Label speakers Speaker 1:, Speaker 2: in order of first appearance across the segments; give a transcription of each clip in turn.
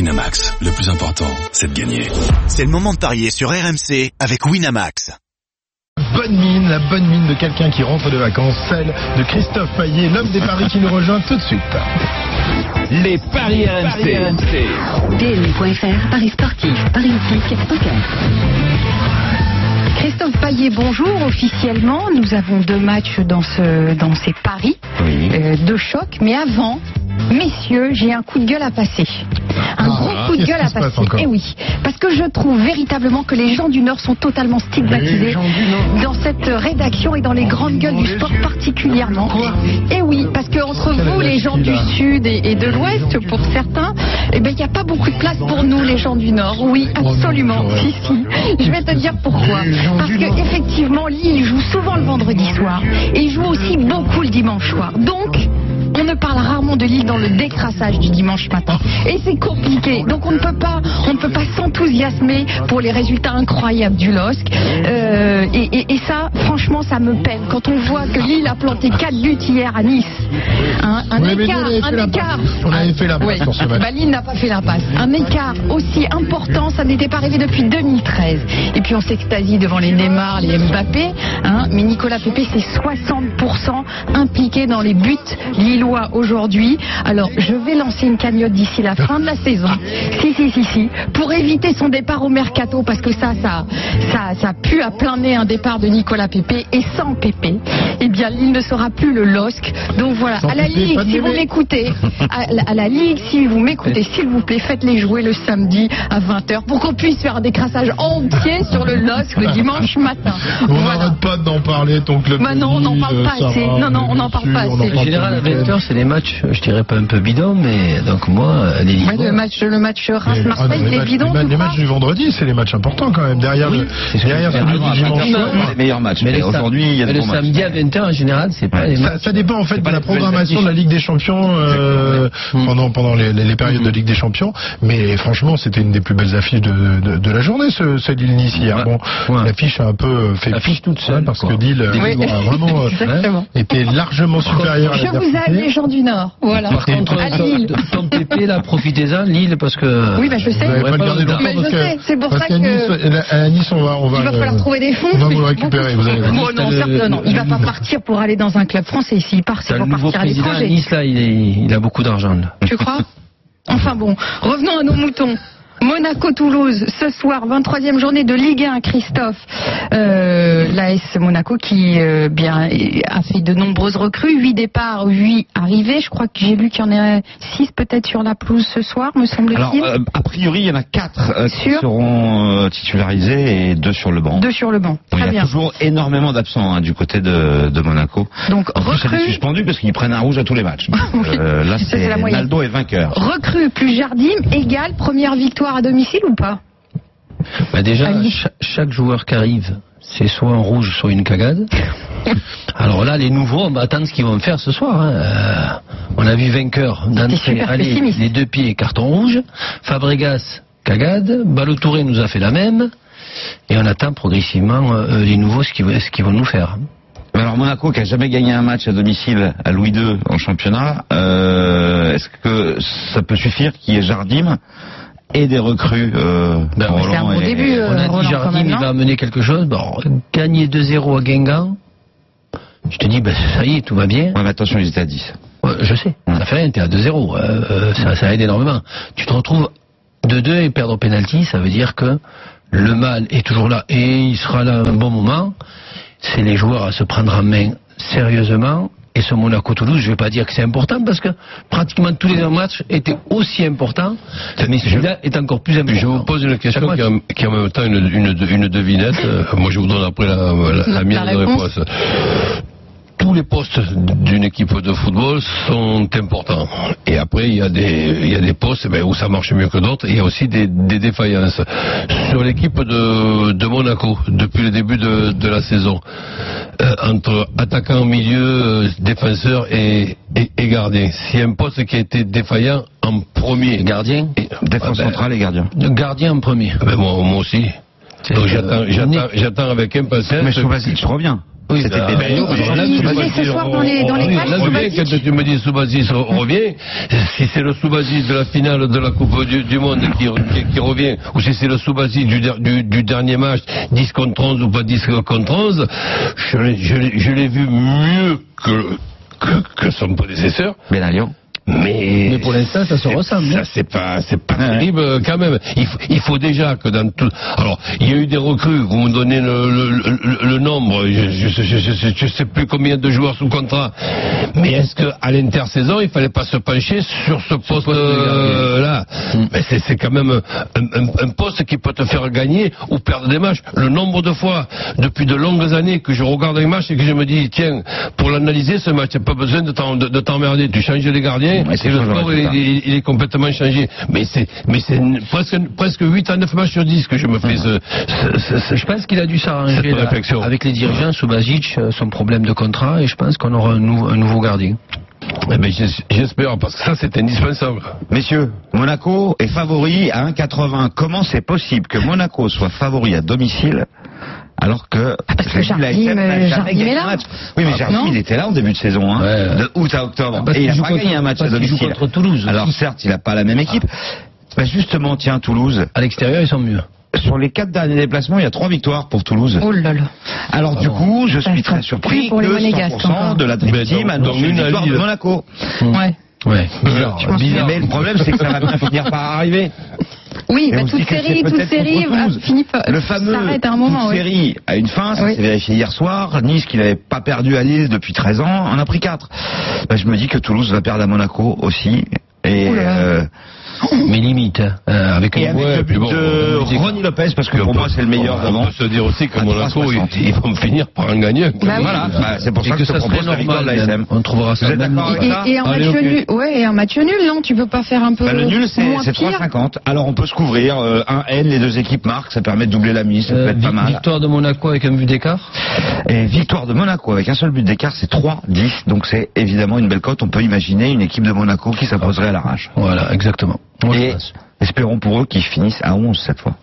Speaker 1: Winamax, le plus important, c'est de gagner.
Speaker 2: C'est le moment de parier sur RMC avec Winamax.
Speaker 3: bonne mine, la bonne mine de quelqu'un qui rentre de vacances, celle de Christophe Paillet, l'homme des paris qui nous rejoint tout de suite. Les paris RMC.
Speaker 4: PMU.fr, Paris sportif, Paris hippique, poker. Christophe Paillet, bonjour. Officiellement, nous avons deux matchs dans, ce, dans ces paris, euh, deux chocs. Mais avant, messieurs, j'ai un coup de gueule à passer. Un
Speaker 3: Ah,
Speaker 4: gros coup de
Speaker 3: qu'est-ce
Speaker 4: gueule
Speaker 3: qui
Speaker 4: à
Speaker 3: se passe
Speaker 4: passer.
Speaker 3: encore
Speaker 4: Eh oui, parce que je trouve véritablement que les gens du Nord sont totalement stigmatisés dans cette rédaction et dans
Speaker 3: Oh,
Speaker 4: les grandes gueules du sport particulièrement. Eh oui, parce que entre
Speaker 3: Quelle
Speaker 4: vous, les
Speaker 3: énergie,
Speaker 4: gens du
Speaker 3: là.
Speaker 4: Sud et, et de l'Ouest, pour certains, eh ben, il n'y a pas beaucoup de place pour nous, les gens du Nord. Oui,
Speaker 3: Oh
Speaker 4: absolument. Si, si. Je vais te dire pourquoi. Parce que, effectivement, Lille joue souvent le vendredi soir et il joue aussi beaucoup le dimanche soir. Donc, on ne parle rarement de Lille dans le décrassage du dimanche matin. Et c'est compliqué. Donc, on ne peut pas, on ne peut pas s'enthousiasmer pour les résultats incroyables du LOSC. Euh, et, et- et ça, franchement, ça me peine. Quand on voit que Lille a planté 4 buts hier à Nice, hein, un
Speaker 3: Oui, mais nous,
Speaker 4: écart,
Speaker 3: on avait fait
Speaker 4: un
Speaker 3: la
Speaker 4: écart. Ah,
Speaker 3: passe. On avait fait la passe
Speaker 4: Ouais.
Speaker 3: sur ce match.
Speaker 4: Bah, Lille n'a pas fait la passe. Un écart aussi important, ça n'était pas arrivé depuis 2013. Et puis on s'extasie devant les Neymar, les Mbappé. hein, mais Nicolas Pepe, c'est 60% impliqué dans les buts lillois aujourd'hui. Alors je vais lancer une cagnotte d'ici la fin de la saison. Si, si, si, si. Pour éviter son départ au mercato, parce que ça, ça, ça, ça pue à plein nez un départ de Nicolas Pepe. Et sans Pepe, eh bien Lille ne sera plus le LOSC. Donc voilà,
Speaker 3: Sans
Speaker 4: à la
Speaker 3: Pepe,
Speaker 4: Ligue,
Speaker 3: pas de
Speaker 4: si vous
Speaker 3: bébé.
Speaker 4: Écoutez, à, la- à la Ligue, si vous m'écoutez, s'il vous plaît, faites-les jouer le samedi à 20h pour qu'on puisse faire un décrassage entier sur le LOSC le dimanche matin.
Speaker 3: On
Speaker 4: Voilà.
Speaker 3: n'arrête pas d'en parler, ton club.
Speaker 4: Bah non, on n'en parle pas assez. Non, non, on n'en parle pas assez.
Speaker 5: En général, à 20h, c'est les matchs, je dirais pas un peu bidon, mais donc moi, euh, les
Speaker 4: Ouais, le
Speaker 5: Lillois,
Speaker 4: match, le match
Speaker 3: Ah,
Speaker 4: Reims-Marseille, Ah, c'est évident,
Speaker 3: Les,
Speaker 4: tu crois
Speaker 3: matchs du vendredi, c'est les matchs importants quand même. Derrière, le-
Speaker 5: c'est ce que
Speaker 3: derrière
Speaker 5: je
Speaker 3: celui
Speaker 5: fais.
Speaker 3: du dimanche
Speaker 5: Non,
Speaker 3: soir.
Speaker 5: non,
Speaker 6: les meilleurs matchs.
Speaker 5: mais
Speaker 6: Mais
Speaker 5: le sam-
Speaker 6: aujourd'hui, il y a
Speaker 5: mais
Speaker 6: de
Speaker 5: le
Speaker 6: bons matchs.
Speaker 5: samedi à 20h, en général, c'est pas les
Speaker 3: Ça,
Speaker 5: matchs.
Speaker 3: ça dépend en fait de la programmation de la Ligue des Champions euh,
Speaker 5: Mm.
Speaker 3: pendant pendant les, les- les
Speaker 5: Mm-hmm.
Speaker 3: périodes de Ligue des Champions. Mais franchement, c'était une des plus belles affiches de, de, de la journée, ce, celle de nice hier.
Speaker 5: Ouais.
Speaker 3: Bon,
Speaker 5: Ouais.
Speaker 3: l'affiche a un peu fait
Speaker 5: L'affiche toute
Speaker 3: Ouais,
Speaker 5: seule,
Speaker 3: parce
Speaker 5: quoi.
Speaker 3: que Lille euh,
Speaker 4: Oui.
Speaker 3: a vraiment euh,
Speaker 4: Exactement.
Speaker 3: était largement supérieur à
Speaker 4: Je vous aime, les
Speaker 3: l'adversité.
Speaker 4: gens du Nord. Voilà.
Speaker 5: Par contre, euh,
Speaker 4: À Lille.
Speaker 5: ton- ton Pépé, là, profitez-en, Lille, parce que.
Speaker 4: Oui, bah, je sais.
Speaker 3: Vous n'allez pas le garder
Speaker 5: Mais
Speaker 3: longtemps
Speaker 4: je
Speaker 3: parce
Speaker 4: sais,
Speaker 3: que
Speaker 4: c'est pour
Speaker 3: parce
Speaker 4: ça
Speaker 3: qu'à Nice,
Speaker 4: que-
Speaker 3: euh, là, à Nice, on va on va
Speaker 4: Il va
Speaker 3: euh,
Speaker 4: falloir trouver des fonds.
Speaker 3: on va vous le
Speaker 4: mais
Speaker 3: récupérer,
Speaker 4: beaucoup
Speaker 3: vous
Speaker 4: de
Speaker 3: allez
Speaker 4: fonds.
Speaker 3: voir.
Speaker 4: Bon,
Speaker 5: T'as
Speaker 4: non,
Speaker 5: le-
Speaker 4: certes, non. Il va pas partir pour aller dans un club français ici. Il part, c'est
Speaker 5: T'as le
Speaker 4: pour
Speaker 5: nouveau
Speaker 4: partir à
Speaker 5: président à
Speaker 4: l'étranger.
Speaker 5: Nice, là, il, est- il a beaucoup d'argent, là.
Speaker 4: Tu crois Enfin bon, revenons à nos moutons. Monaco-Toulouse, ce soir, 23e journée de Ligue 1, Christophe. Euh, L'AS Monaco qui euh, bien, a fait de nombreuses recrues, 8 départs, 8 arrivées. Je crois que j'ai lu qu'il y en a 6 peut-être sur la pelouse ce soir, me
Speaker 6: Alors,
Speaker 4: semble-t-il.
Speaker 6: euh, a priori, il y en a quatre euh, qui
Speaker 4: Sûr
Speaker 6: seront euh, titularisés et deux sur le banc.
Speaker 4: Deux sur le banc.
Speaker 6: Bon,
Speaker 4: Très
Speaker 6: il y a
Speaker 4: bien.
Speaker 6: toujours énormément d'absents hein, du côté de, de Monaco.
Speaker 4: Donc,
Speaker 6: En plus, elle est
Speaker 4: recrue,
Speaker 6: suspendue parce qu'ils prennent un rouge à tous les matchs.
Speaker 4: Oui.
Speaker 6: Euh, là,
Speaker 4: Ça, c'est
Speaker 6: c'est
Speaker 4: la moyenne.
Speaker 6: Naldo est vainqueur.
Speaker 4: recrue plus Jardim égale première victoire à domicile ou pas
Speaker 5: Bah, déjà,
Speaker 4: À Lille.
Speaker 5: cha- chaque joueur qui arrive, c'est soit un rouge, soit une cagade. Alors là, les nouveaux, on va attendre ce qu'ils vont faire ce soir. hein. Euh, on a vu vainqueur d'entrée,
Speaker 4: super
Speaker 5: allez,
Speaker 4: pessimiste.
Speaker 5: les deux pieds, carton rouge. Fabregas, cagade. Balotouré nous a fait la même. Et on attend progressivement euh, les nouveaux, ce qu'ils vont- ce qu'ils vont nous faire.
Speaker 6: Mais Alors, Monaco qui a jamais gagné un match à domicile à Louis II en championnat, euh, est-ce que ça peut suffire qu'il y ait Jardim et des recrues euh,
Speaker 5: Ben,
Speaker 6: Roland
Speaker 4: Bah, c'est un bon
Speaker 6: et-
Speaker 4: début, euh,
Speaker 5: On a
Speaker 4: Roland,
Speaker 5: dit
Speaker 4: quand
Speaker 5: Jardim,
Speaker 4: même,
Speaker 5: il
Speaker 4: non
Speaker 5: va amener quelque chose. Bon, gagner 2-0 à Guingamp. Je te dis, ben, ça y est, tout va bien.
Speaker 6: Ouais, mais attention, ils étaient à 10.
Speaker 5: Ouais, je sais, ça fait rien, t'es à 2-0, euh, euh, ça, ça aide énormément. Tu te retrouves 2-2 et perdre au pénalty, ça veut dire que le mal est toujours là et il sera là un bon moment. C'est les joueurs à se prendre en main sérieusement. Et ce Monaco-Toulouse, je ne vais pas dire que c'est important parce que pratiquement tous les autres matchs étaient aussi importants, mais celui-là est encore plus important.
Speaker 7: Je vous pose une question
Speaker 5: Chaque
Speaker 7: qui est en, qui est en même temps une, une- une devinette. Euh, Moi, je vous donne après la, la, la mienne de
Speaker 4: réponse.
Speaker 7: réponse. Tous les postes d'une équipe de football sont importants. Et après, il y a des, il y a des postes ben, où ça marche mieux que d'autres. et Il y a aussi des, des défaillances. Sur l'équipe de, de Monaco, depuis le début de, de la saison, euh, entre attaquant, milieu, euh, défenseur et, et, et gardien, s'il y a un poste qui a été défaillant en premier,
Speaker 5: Gardien
Speaker 7: et-
Speaker 6: Défense
Speaker 7: ah
Speaker 4: bah,
Speaker 7: ben,
Speaker 6: centrale et gardien.
Speaker 5: Le gardien en premier.
Speaker 7: ben, moi, moi aussi.
Speaker 5: C'est,
Speaker 7: Donc
Speaker 5: euh,
Speaker 7: j'attends-
Speaker 5: Nick.
Speaker 7: j'attends j'attends avec impatience.
Speaker 6: Mais Kovacic revient.
Speaker 5: Oui,
Speaker 6: C'était
Speaker 5: bah,
Speaker 6: des
Speaker 5: ben
Speaker 6: belles
Speaker 5: non,
Speaker 6: choses.
Speaker 5: alors là,
Speaker 4: Il
Speaker 5: tu vas
Speaker 4: disait ce
Speaker 5: dire,
Speaker 4: soir dans les- dans les
Speaker 5: oui,
Speaker 4: matchs,
Speaker 5: là, je veux bien,
Speaker 4: Subasic.
Speaker 5: quand tu me dis Subasic revient, si c'est le Subasic de la finale de la Coupe du, du Monde qui, qui- qui revient, ou si c'est le Subasic du, der- du- du dernier match, 10 contre 11 ou pas 10 contre 11, je, l'ai- je l'ai- je l'ai vu mieux que, que, que son prédécesseur.
Speaker 6: Ben à Lyon.
Speaker 7: Mais,
Speaker 5: Mais pour l'instant, ça se
Speaker 7: c'est-
Speaker 5: ressemble,
Speaker 7: Ça,
Speaker 5: hein.
Speaker 7: c'est pas, c'est pas
Speaker 6: Ouais.
Speaker 7: terrible euh, quand même. Il, faut- il faut déjà que dans tout. Alors, il y a eu des recrues. Vous me donnez le, le- le- le nombre. Je, je, sais- je sais- je sais plus combien de joueurs sous contrat. Mais est-ce que à l'intersaison, il fallait pas se pencher sur ce poste euh, là
Speaker 6: Hmm.
Speaker 7: Mais c'est, c'est quand même un, un- un poste qui peut te faire gagner ou perdre des matchs. Le nombre de fois depuis de longues années que je regarde un match et que je me dis tiens, pour l'analyser ce match, t'as pas besoin de, t'en- de- de t'emmerder. Tu changes les gardiens
Speaker 6: Ouais, c'est
Speaker 7: et le
Speaker 6: ça, le
Speaker 7: sport,
Speaker 6: résultat.
Speaker 7: il, il- il est complètement changé. Mais c'est, mais c'est n- presque, presque 8 à 9 matchs sur 10 que je me fais ce, ce- ce- ce-
Speaker 5: Je pense qu'il a dû
Speaker 7: Cette
Speaker 5: s'arranger là,
Speaker 7: réflexion.
Speaker 5: avec les dirigeants, Subasic, euh, son problème de contrat, et je pense qu'on aura un, nou- un nouveau gardien.
Speaker 7: Eh ben, j'es- j'espère, parce que ça, c'est indispensable.
Speaker 6: Messieurs, Monaco est favori à 1,80. Comment c'est possible que Monaco soit favori à domicile alors que,
Speaker 4: Ah, parce que
Speaker 6: j'ai
Speaker 4: Jardim,
Speaker 6: dit, l'ASM n'a
Speaker 4: euh,
Speaker 6: jamais
Speaker 4: Jardim
Speaker 6: gagné
Speaker 4: est
Speaker 6: un
Speaker 4: là. Ah,
Speaker 6: match. Oui, mais Jardim,
Speaker 4: non
Speaker 6: il était là en début de saison, hein,
Speaker 7: Ouais.
Speaker 6: de août à octobre.
Speaker 5: Ah, Parce
Speaker 6: et il
Speaker 5: qu'il
Speaker 6: n'a
Speaker 5: joue
Speaker 6: pas
Speaker 5: contre-
Speaker 6: gagné un match à
Speaker 5: parce qu'il joue
Speaker 6: domicile.
Speaker 5: contre Toulouse
Speaker 6: Alors
Speaker 5: aussi.
Speaker 6: certes, il n'a pas la même équipe. Mais justement, tiens, Toulouse,
Speaker 5: À l'extérieur, ils sont mieux.
Speaker 6: sur les quatre derniers déplacements, il y a trois victoires pour Toulouse.
Speaker 4: Oh là là.
Speaker 6: Alors
Speaker 5: Ah
Speaker 6: du coup, je suis
Speaker 4: Ça
Speaker 6: très
Speaker 4: sent
Speaker 6: surpris
Speaker 4: plus pour
Speaker 6: que
Speaker 4: les Monégasques,
Speaker 6: 100%
Speaker 4: encore.
Speaker 6: de la Dream
Speaker 7: Mais
Speaker 6: Team
Speaker 7: dans-
Speaker 6: annonce
Speaker 7: dans
Speaker 6: une
Speaker 7: une
Speaker 6: victoire de
Speaker 7: allée-
Speaker 6: Monaco.
Speaker 5: Ah,
Speaker 4: Ouais.
Speaker 5: Ouais.
Speaker 6: Euh,
Speaker 7: Bizarre,
Speaker 4: je pense qu'il y a-
Speaker 7: bizarre.
Speaker 6: Mais le problème, c'est que ça va bien finir par arriver.
Speaker 4: Oui,
Speaker 6: Et
Speaker 4: bah,
Speaker 6: on se dit
Speaker 4: toute
Speaker 6: que c'est
Speaker 4: série, toute
Speaker 6: peut-être
Speaker 4: série
Speaker 6: contre
Speaker 4: va-
Speaker 6: Toulouse.
Speaker 4: finit par-
Speaker 6: Le fameux
Speaker 4: s'arrête à un moment.
Speaker 6: toute
Speaker 4: oui.
Speaker 6: série à une fin, ça
Speaker 4: Oui.
Speaker 6: s'est vérifié hier soir. Nice, qui n'avait pas perdu à Lille depuis 13 ans, en a pris 4. je me dis que Toulouse va perdre à Monaco aussi. Et,
Speaker 4: Oula.
Speaker 6: euh,
Speaker 5: Mais limite, hein, euh, avec
Speaker 6: et
Speaker 5: un
Speaker 6: avec
Speaker 7: Ouais,
Speaker 6: le
Speaker 7: puis
Speaker 6: but
Speaker 7: bon,
Speaker 6: de
Speaker 7: on dit-
Speaker 6: Ronnie Lopez, parce que
Speaker 7: Et on
Speaker 6: pour
Speaker 7: peut-
Speaker 6: moi, c'est le meilleur
Speaker 7: On
Speaker 6: d'avant.
Speaker 7: peut se dire aussi que
Speaker 6: À
Speaker 7: Monaco,
Speaker 6: 3,60.
Speaker 7: ils, ils vont finir par en gagner.
Speaker 4: Bah oui.
Speaker 6: Voilà, bah, c'est pour
Speaker 5: Et
Speaker 6: ça que,
Speaker 5: que
Speaker 6: je te
Speaker 5: ça serait
Speaker 6: propose la victoire de
Speaker 5: normal,
Speaker 6: l'ASM.
Speaker 5: on trouvera ça
Speaker 6: Vous êtes
Speaker 5: même-
Speaker 6: d'accord avec
Speaker 4: Et,
Speaker 6: ça
Speaker 4: et un
Speaker 7: Allez,
Speaker 4: match
Speaker 7: ok.
Speaker 4: nul, ouais, et un match nul, non, tu peux pas faire un peu
Speaker 6: Bah, le nul, c'est
Speaker 4: moins
Speaker 6: c'est
Speaker 4: pire
Speaker 6: 3,50. Alors on peut se couvrir. euh, un N, les deux équipes marquent. Ça permet de doubler la mise. Ça peut
Speaker 5: euh,
Speaker 6: être pas
Speaker 5: vi-
Speaker 6: mal.
Speaker 5: victoire de Monaco avec un but d'écart.
Speaker 6: Et victoire de Monaco avec un seul but d'écart, c'est 3-10. Donc c'est évidemment une belle cote. On peut imaginer une équipe de Monaco qui s'imposerait à l'arrache.
Speaker 5: Voilà, exactement. Moi, je
Speaker 6: Et
Speaker 5: pense.
Speaker 6: espérons pour eux qu'ils finissent à 11 cette fois.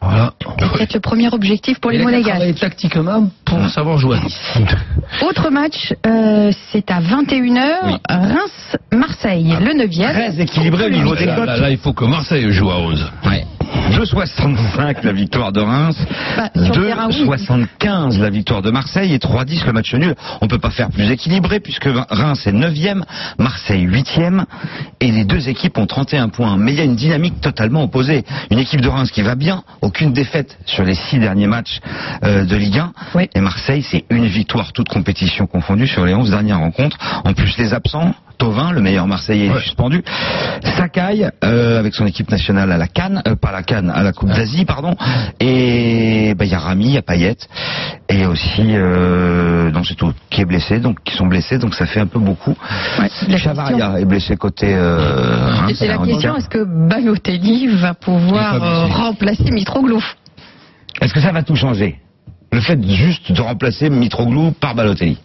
Speaker 5: Voilà.
Speaker 4: C'est peut-être le premier objectif pour les
Speaker 5: Il a qu'à
Speaker 4: Monégasques.
Speaker 5: travailler tactiquement pour savoir jouer à 10.
Speaker 4: Autre match, euh, c'est à 21h, Reims-Marseille,
Speaker 6: Ah.
Speaker 4: le 9e.
Speaker 6: Très équilibré au niveau des
Speaker 7: Là, là,
Speaker 6: cotes.
Speaker 7: là, il faut que Marseille joue à 11.
Speaker 6: Ouais. 2,65 la victoire de Reims,
Speaker 4: Bah, sur le terrain, oui.
Speaker 6: 2,75 la victoire de Marseille et 3,10 le match nul. On peut pas faire plus équilibré puisque Reims est 9e, Marseille 8e et les deux équipes ont 31 points. Mais il y a une dynamique totalement opposée. Une équipe de Reims qui va bien, aucune défaite sur les six derniers matchs euh, de Ligue 1.
Speaker 4: Oui.
Speaker 6: Et Marseille, c'est une victoire toute compétition confondue sur les 11 dernières rencontres. En plus, les absents, Tovin, le meilleur Marseillais, est suspendu. Sakai, euh, avec son équipe nationale à la Cannes, euh, pas à la Cannes, à la Coupe d'Asie, pardon. Et bah, il y a Rami, il y a Payet. Et il y a aussi, euh, non, c'est tout, qui est blessé, donc qui sont blessés, donc ça fait un peu beaucoup.
Speaker 4: la question-
Speaker 6: Chavaria est blessé côté. Euh, hein,
Speaker 4: Et c'est
Speaker 6: c'est
Speaker 4: la
Speaker 6: un
Speaker 4: question,
Speaker 6: handicap.
Speaker 4: est-ce que Balotelli va pouvoir euh, remplacer Mitroglou
Speaker 6: Est-ce que ça va tout changer Le fait juste de remplacer Mitroglou par Balotelli.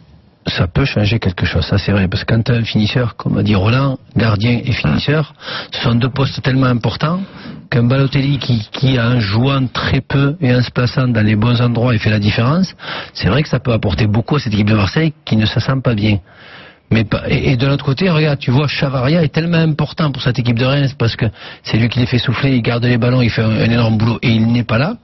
Speaker 5: ça peut changer quelque chose, ça c'est vrai. Parce que quand tu as un finisseur, comme a dit Roland, gardien et finisseur, ce sont deux postes tellement importants qu'un Balotelli qui, qui, en jouant très peu et en se plaçant dans les bons endroits, et fait la différence, c'est vrai que ça peut apporter beaucoup à cette équipe de Marseille qui ne se sent pas bien. Mais pas- et, et de l'autre côté, regarde, tu vois, Chavaria est tellement important pour cette équipe de Reims parce que c'est lui qui les fait souffler, il garde les ballons, il fait un, un énorme boulot et il n'est pas là.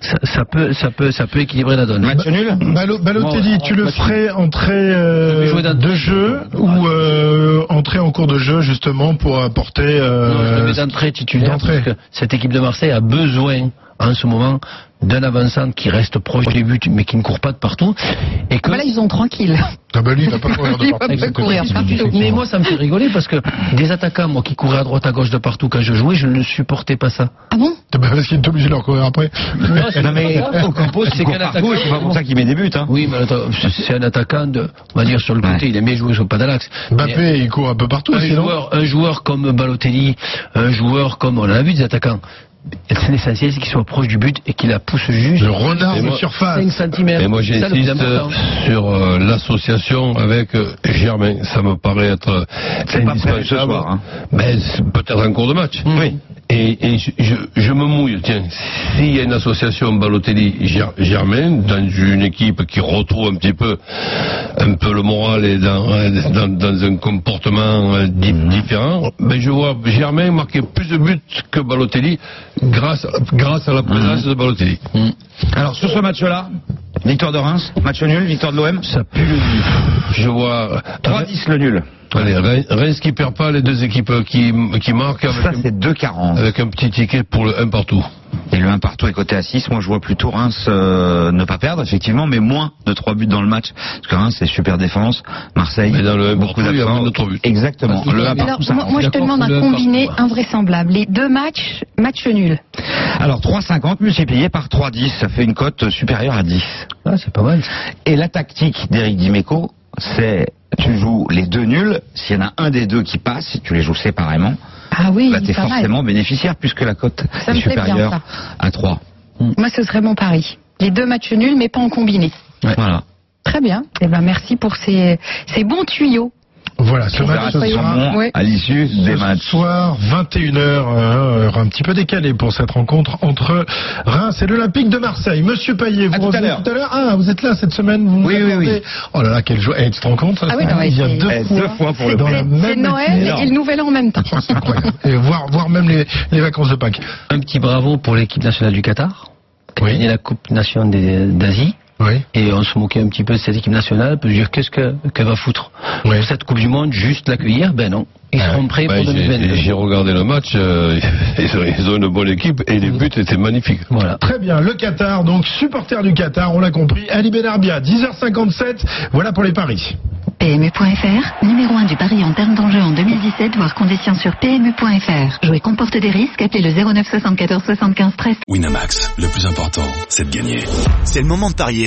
Speaker 5: Ça, ça peut, ça peut, ça peut équilibrer la donne.
Speaker 6: Match nul
Speaker 3: Balo- Balotelli,
Speaker 5: Bon,
Speaker 3: tu le
Speaker 5: bah, tu-
Speaker 3: ferais entrer
Speaker 5: Mais
Speaker 3: euh,
Speaker 5: jouer d'un-
Speaker 3: de jeu ou euh, entrer en cours de jeu justement pour apporter
Speaker 5: Non, je le
Speaker 3: euh,
Speaker 5: mets d'entrée titulaire
Speaker 3: d'entrée.
Speaker 5: parce que cette équipe de Marseille a besoin en ce moment d'un avançant qui reste proche des buts mais qui ne court pas de partout et que
Speaker 4: Voilà, bah ils ont tranquille.
Speaker 3: Ah bah lui, il va pas courir de
Speaker 4: Il va
Speaker 3: partout,
Speaker 4: pas
Speaker 3: c'est
Speaker 4: courir
Speaker 3: possible.
Speaker 4: partout.
Speaker 5: mais moi ça me fait rigoler parce que des attaquants moi qui couraient à droite à gauche de partout quand je jouais je ne supportais pas ça
Speaker 4: Ah bon
Speaker 3: Ah bah, parce qu'il est obligé de leur courir après.
Speaker 6: Non mais au Campos,
Speaker 5: C'est
Speaker 6: il court
Speaker 5: qu'un
Speaker 6: par
Speaker 5: attaquant,
Speaker 6: gauche, c'est pas pour ça qu'il met des buts. Hein.
Speaker 5: oui mais attends, c'est- c'est un attaquant de on va dire sur le côté
Speaker 6: Ouais.
Speaker 5: il aime bien jouer sur le pas de l'axe. Mais-
Speaker 3: Mbappé, il court un peu partout,
Speaker 5: un
Speaker 3: sinon.
Speaker 5: joueur, un joueur comme Balotelli, un joueur comme on en a vu des attaquants. L'essentiel c'est qu'il soit proche du but et qu'il la pousse juste.
Speaker 3: Le renard
Speaker 5: Et
Speaker 3: de
Speaker 5: moi,
Speaker 3: surface.
Speaker 5: 5 cm.
Speaker 7: Et moi j'insiste euh, sur euh, l'association avec euh, Germain. Ça me paraît être euh,
Speaker 6: C'est pas prévu ce
Speaker 7: indispensable.
Speaker 6: soir, hein.
Speaker 7: Ben, c'est peut-être un cours de match.
Speaker 6: Oui.
Speaker 7: Et, et je, je, je me mouille, tiens, s'il y a une association Balotelli-Germain, dans une équipe qui retrouve un petit peu, un peu le moral et dans, dans, dans un comportement euh, di-
Speaker 6: Mm-hmm.
Speaker 7: différent, ben je vois Germain marquer plus de buts que Balotelli grâce, grâce à
Speaker 6: Mm-hmm.
Speaker 7: la présence de Balotelli.
Speaker 6: Alors sur ce match-là, victoire de Reims, match nul, victoire de l'OM.
Speaker 7: Ça pue le nul. Je vois
Speaker 6: 3-10 le nul.
Speaker 7: Allez, Re- Reims qui perd pas, les deux équipes qui, qui marquent avec,
Speaker 6: Ça
Speaker 7: un-
Speaker 6: c'est 2-40.
Speaker 7: avec un petit ticket pour le 1 partout.
Speaker 6: Et le 1 partout est coté à 6. Moi, je vois plutôt Reims euh, ne pas perdre, effectivement, mais moins de 3 buts dans le match. Parce que Reims, c'est super défense. Marseille,
Speaker 7: Mais dans le un
Speaker 6: beaucoup
Speaker 7: partout, il y a
Speaker 6: d'absents.
Speaker 7: moins de trois buts.
Speaker 6: Exactement.
Speaker 7: Parce que
Speaker 6: Le
Speaker 7: là,
Speaker 6: un
Speaker 4: Alors,
Speaker 6: partout, Ah, ça
Speaker 4: moi,
Speaker 6: rentre.
Speaker 4: moi, je te
Speaker 5: d'accord
Speaker 4: demande
Speaker 5: qu'on
Speaker 4: un
Speaker 5: est d'accord.
Speaker 4: combiné invraisemblable. Les deux matchs, match nul.
Speaker 6: Alors, 3,50 multiplié par 3,10, ça fait une cote supérieure à 10.
Speaker 5: Ah, c'est pas mal.
Speaker 6: Et la tactique d'Éric Dimeco, c'est tu joues les deux nuls. S'il y en a un des deux qui passe, si tu les joues séparément,
Speaker 4: Ah oui,
Speaker 6: bah, t'es
Speaker 4: pas mal.
Speaker 6: forcément bénéficiaire puisque la cote
Speaker 4: Ça
Speaker 6: est
Speaker 4: me plaît bien,
Speaker 6: supérieure
Speaker 4: ça.
Speaker 6: à 3.
Speaker 4: Moi, ce serait mon pari. Les deux matchs nuls, mais pas en combiné.
Speaker 6: Voilà.
Speaker 4: Très bien. Eh ben, merci pour ces, ces bons tuyaux.
Speaker 3: Voilà, ce
Speaker 6: On verra
Speaker 3: match
Speaker 6: si
Speaker 3: ce
Speaker 6: ils sont
Speaker 3: sera
Speaker 6: bons
Speaker 4: Ouais.
Speaker 6: à l'issue des
Speaker 3: ce
Speaker 6: matchs.
Speaker 3: soir 21h, euh, heure un petit peu décalée pour cette rencontre entre Reims et l'Olympique de Marseille. Monsieur Payet, vous
Speaker 6: À tout à
Speaker 3: revenez
Speaker 6: l'heure.
Speaker 3: tout à l'heure. Ah, vous êtes là cette semaine, vous nous
Speaker 6: Oui, oui,
Speaker 3: attendez.
Speaker 6: oui.
Speaker 3: Oh là là, quel joie. Eh, tu te rends compte ça,
Speaker 4: Ah oui,
Speaker 3: c'est-
Speaker 4: non, mais
Speaker 3: Il y a
Speaker 4: c'est-
Speaker 3: deux
Speaker 6: Eh,
Speaker 3: fois,
Speaker 6: deux fois pour le
Speaker 3: dans
Speaker 6: prix.
Speaker 3: la
Speaker 4: C'est
Speaker 3: même
Speaker 4: Noël
Speaker 3: matinée.
Speaker 4: et le Nouvel An en même temps.
Speaker 3: Oh, c'est incroyable. Et voir, voir même les, les vacances de Pâques.
Speaker 5: Un petit bravo pour l'équipe nationale du Qatar, qui
Speaker 3: Oui.
Speaker 5: a gagné la Coupe Nation des- d'Asie.
Speaker 3: Oui.
Speaker 5: Et on se moquait un petit peu de cette équipe nationale, pour dire qu'est-ce que- qu'elle va foutre
Speaker 3: Oui.
Speaker 5: Pour Cette Coupe du Monde, juste l'accueillir Ben non. Ils
Speaker 4: Ah
Speaker 5: seront prêts
Speaker 7: Ben,
Speaker 5: pour
Speaker 7: j'ai-
Speaker 5: 2022.
Speaker 7: J'ai regardé le match, euh, ils, ont, ils ont une bonne équipe et les buts étaient magnifiques.
Speaker 5: Voilà.
Speaker 3: Très bien, le Qatar, donc supporter du Qatar, on l'a compris. Ali Ben Benarbia, 10h57, voilà pour les paris.
Speaker 8: PMU.fr, numéro 1 du pari en termes d'enjeu en 2017, voire conditions sur PMU.fr. Jouer comporte des risques, appelez le 09 74 75 13
Speaker 1: Winamax, le plus important, c'est de gagner.
Speaker 2: C'est le moment de parier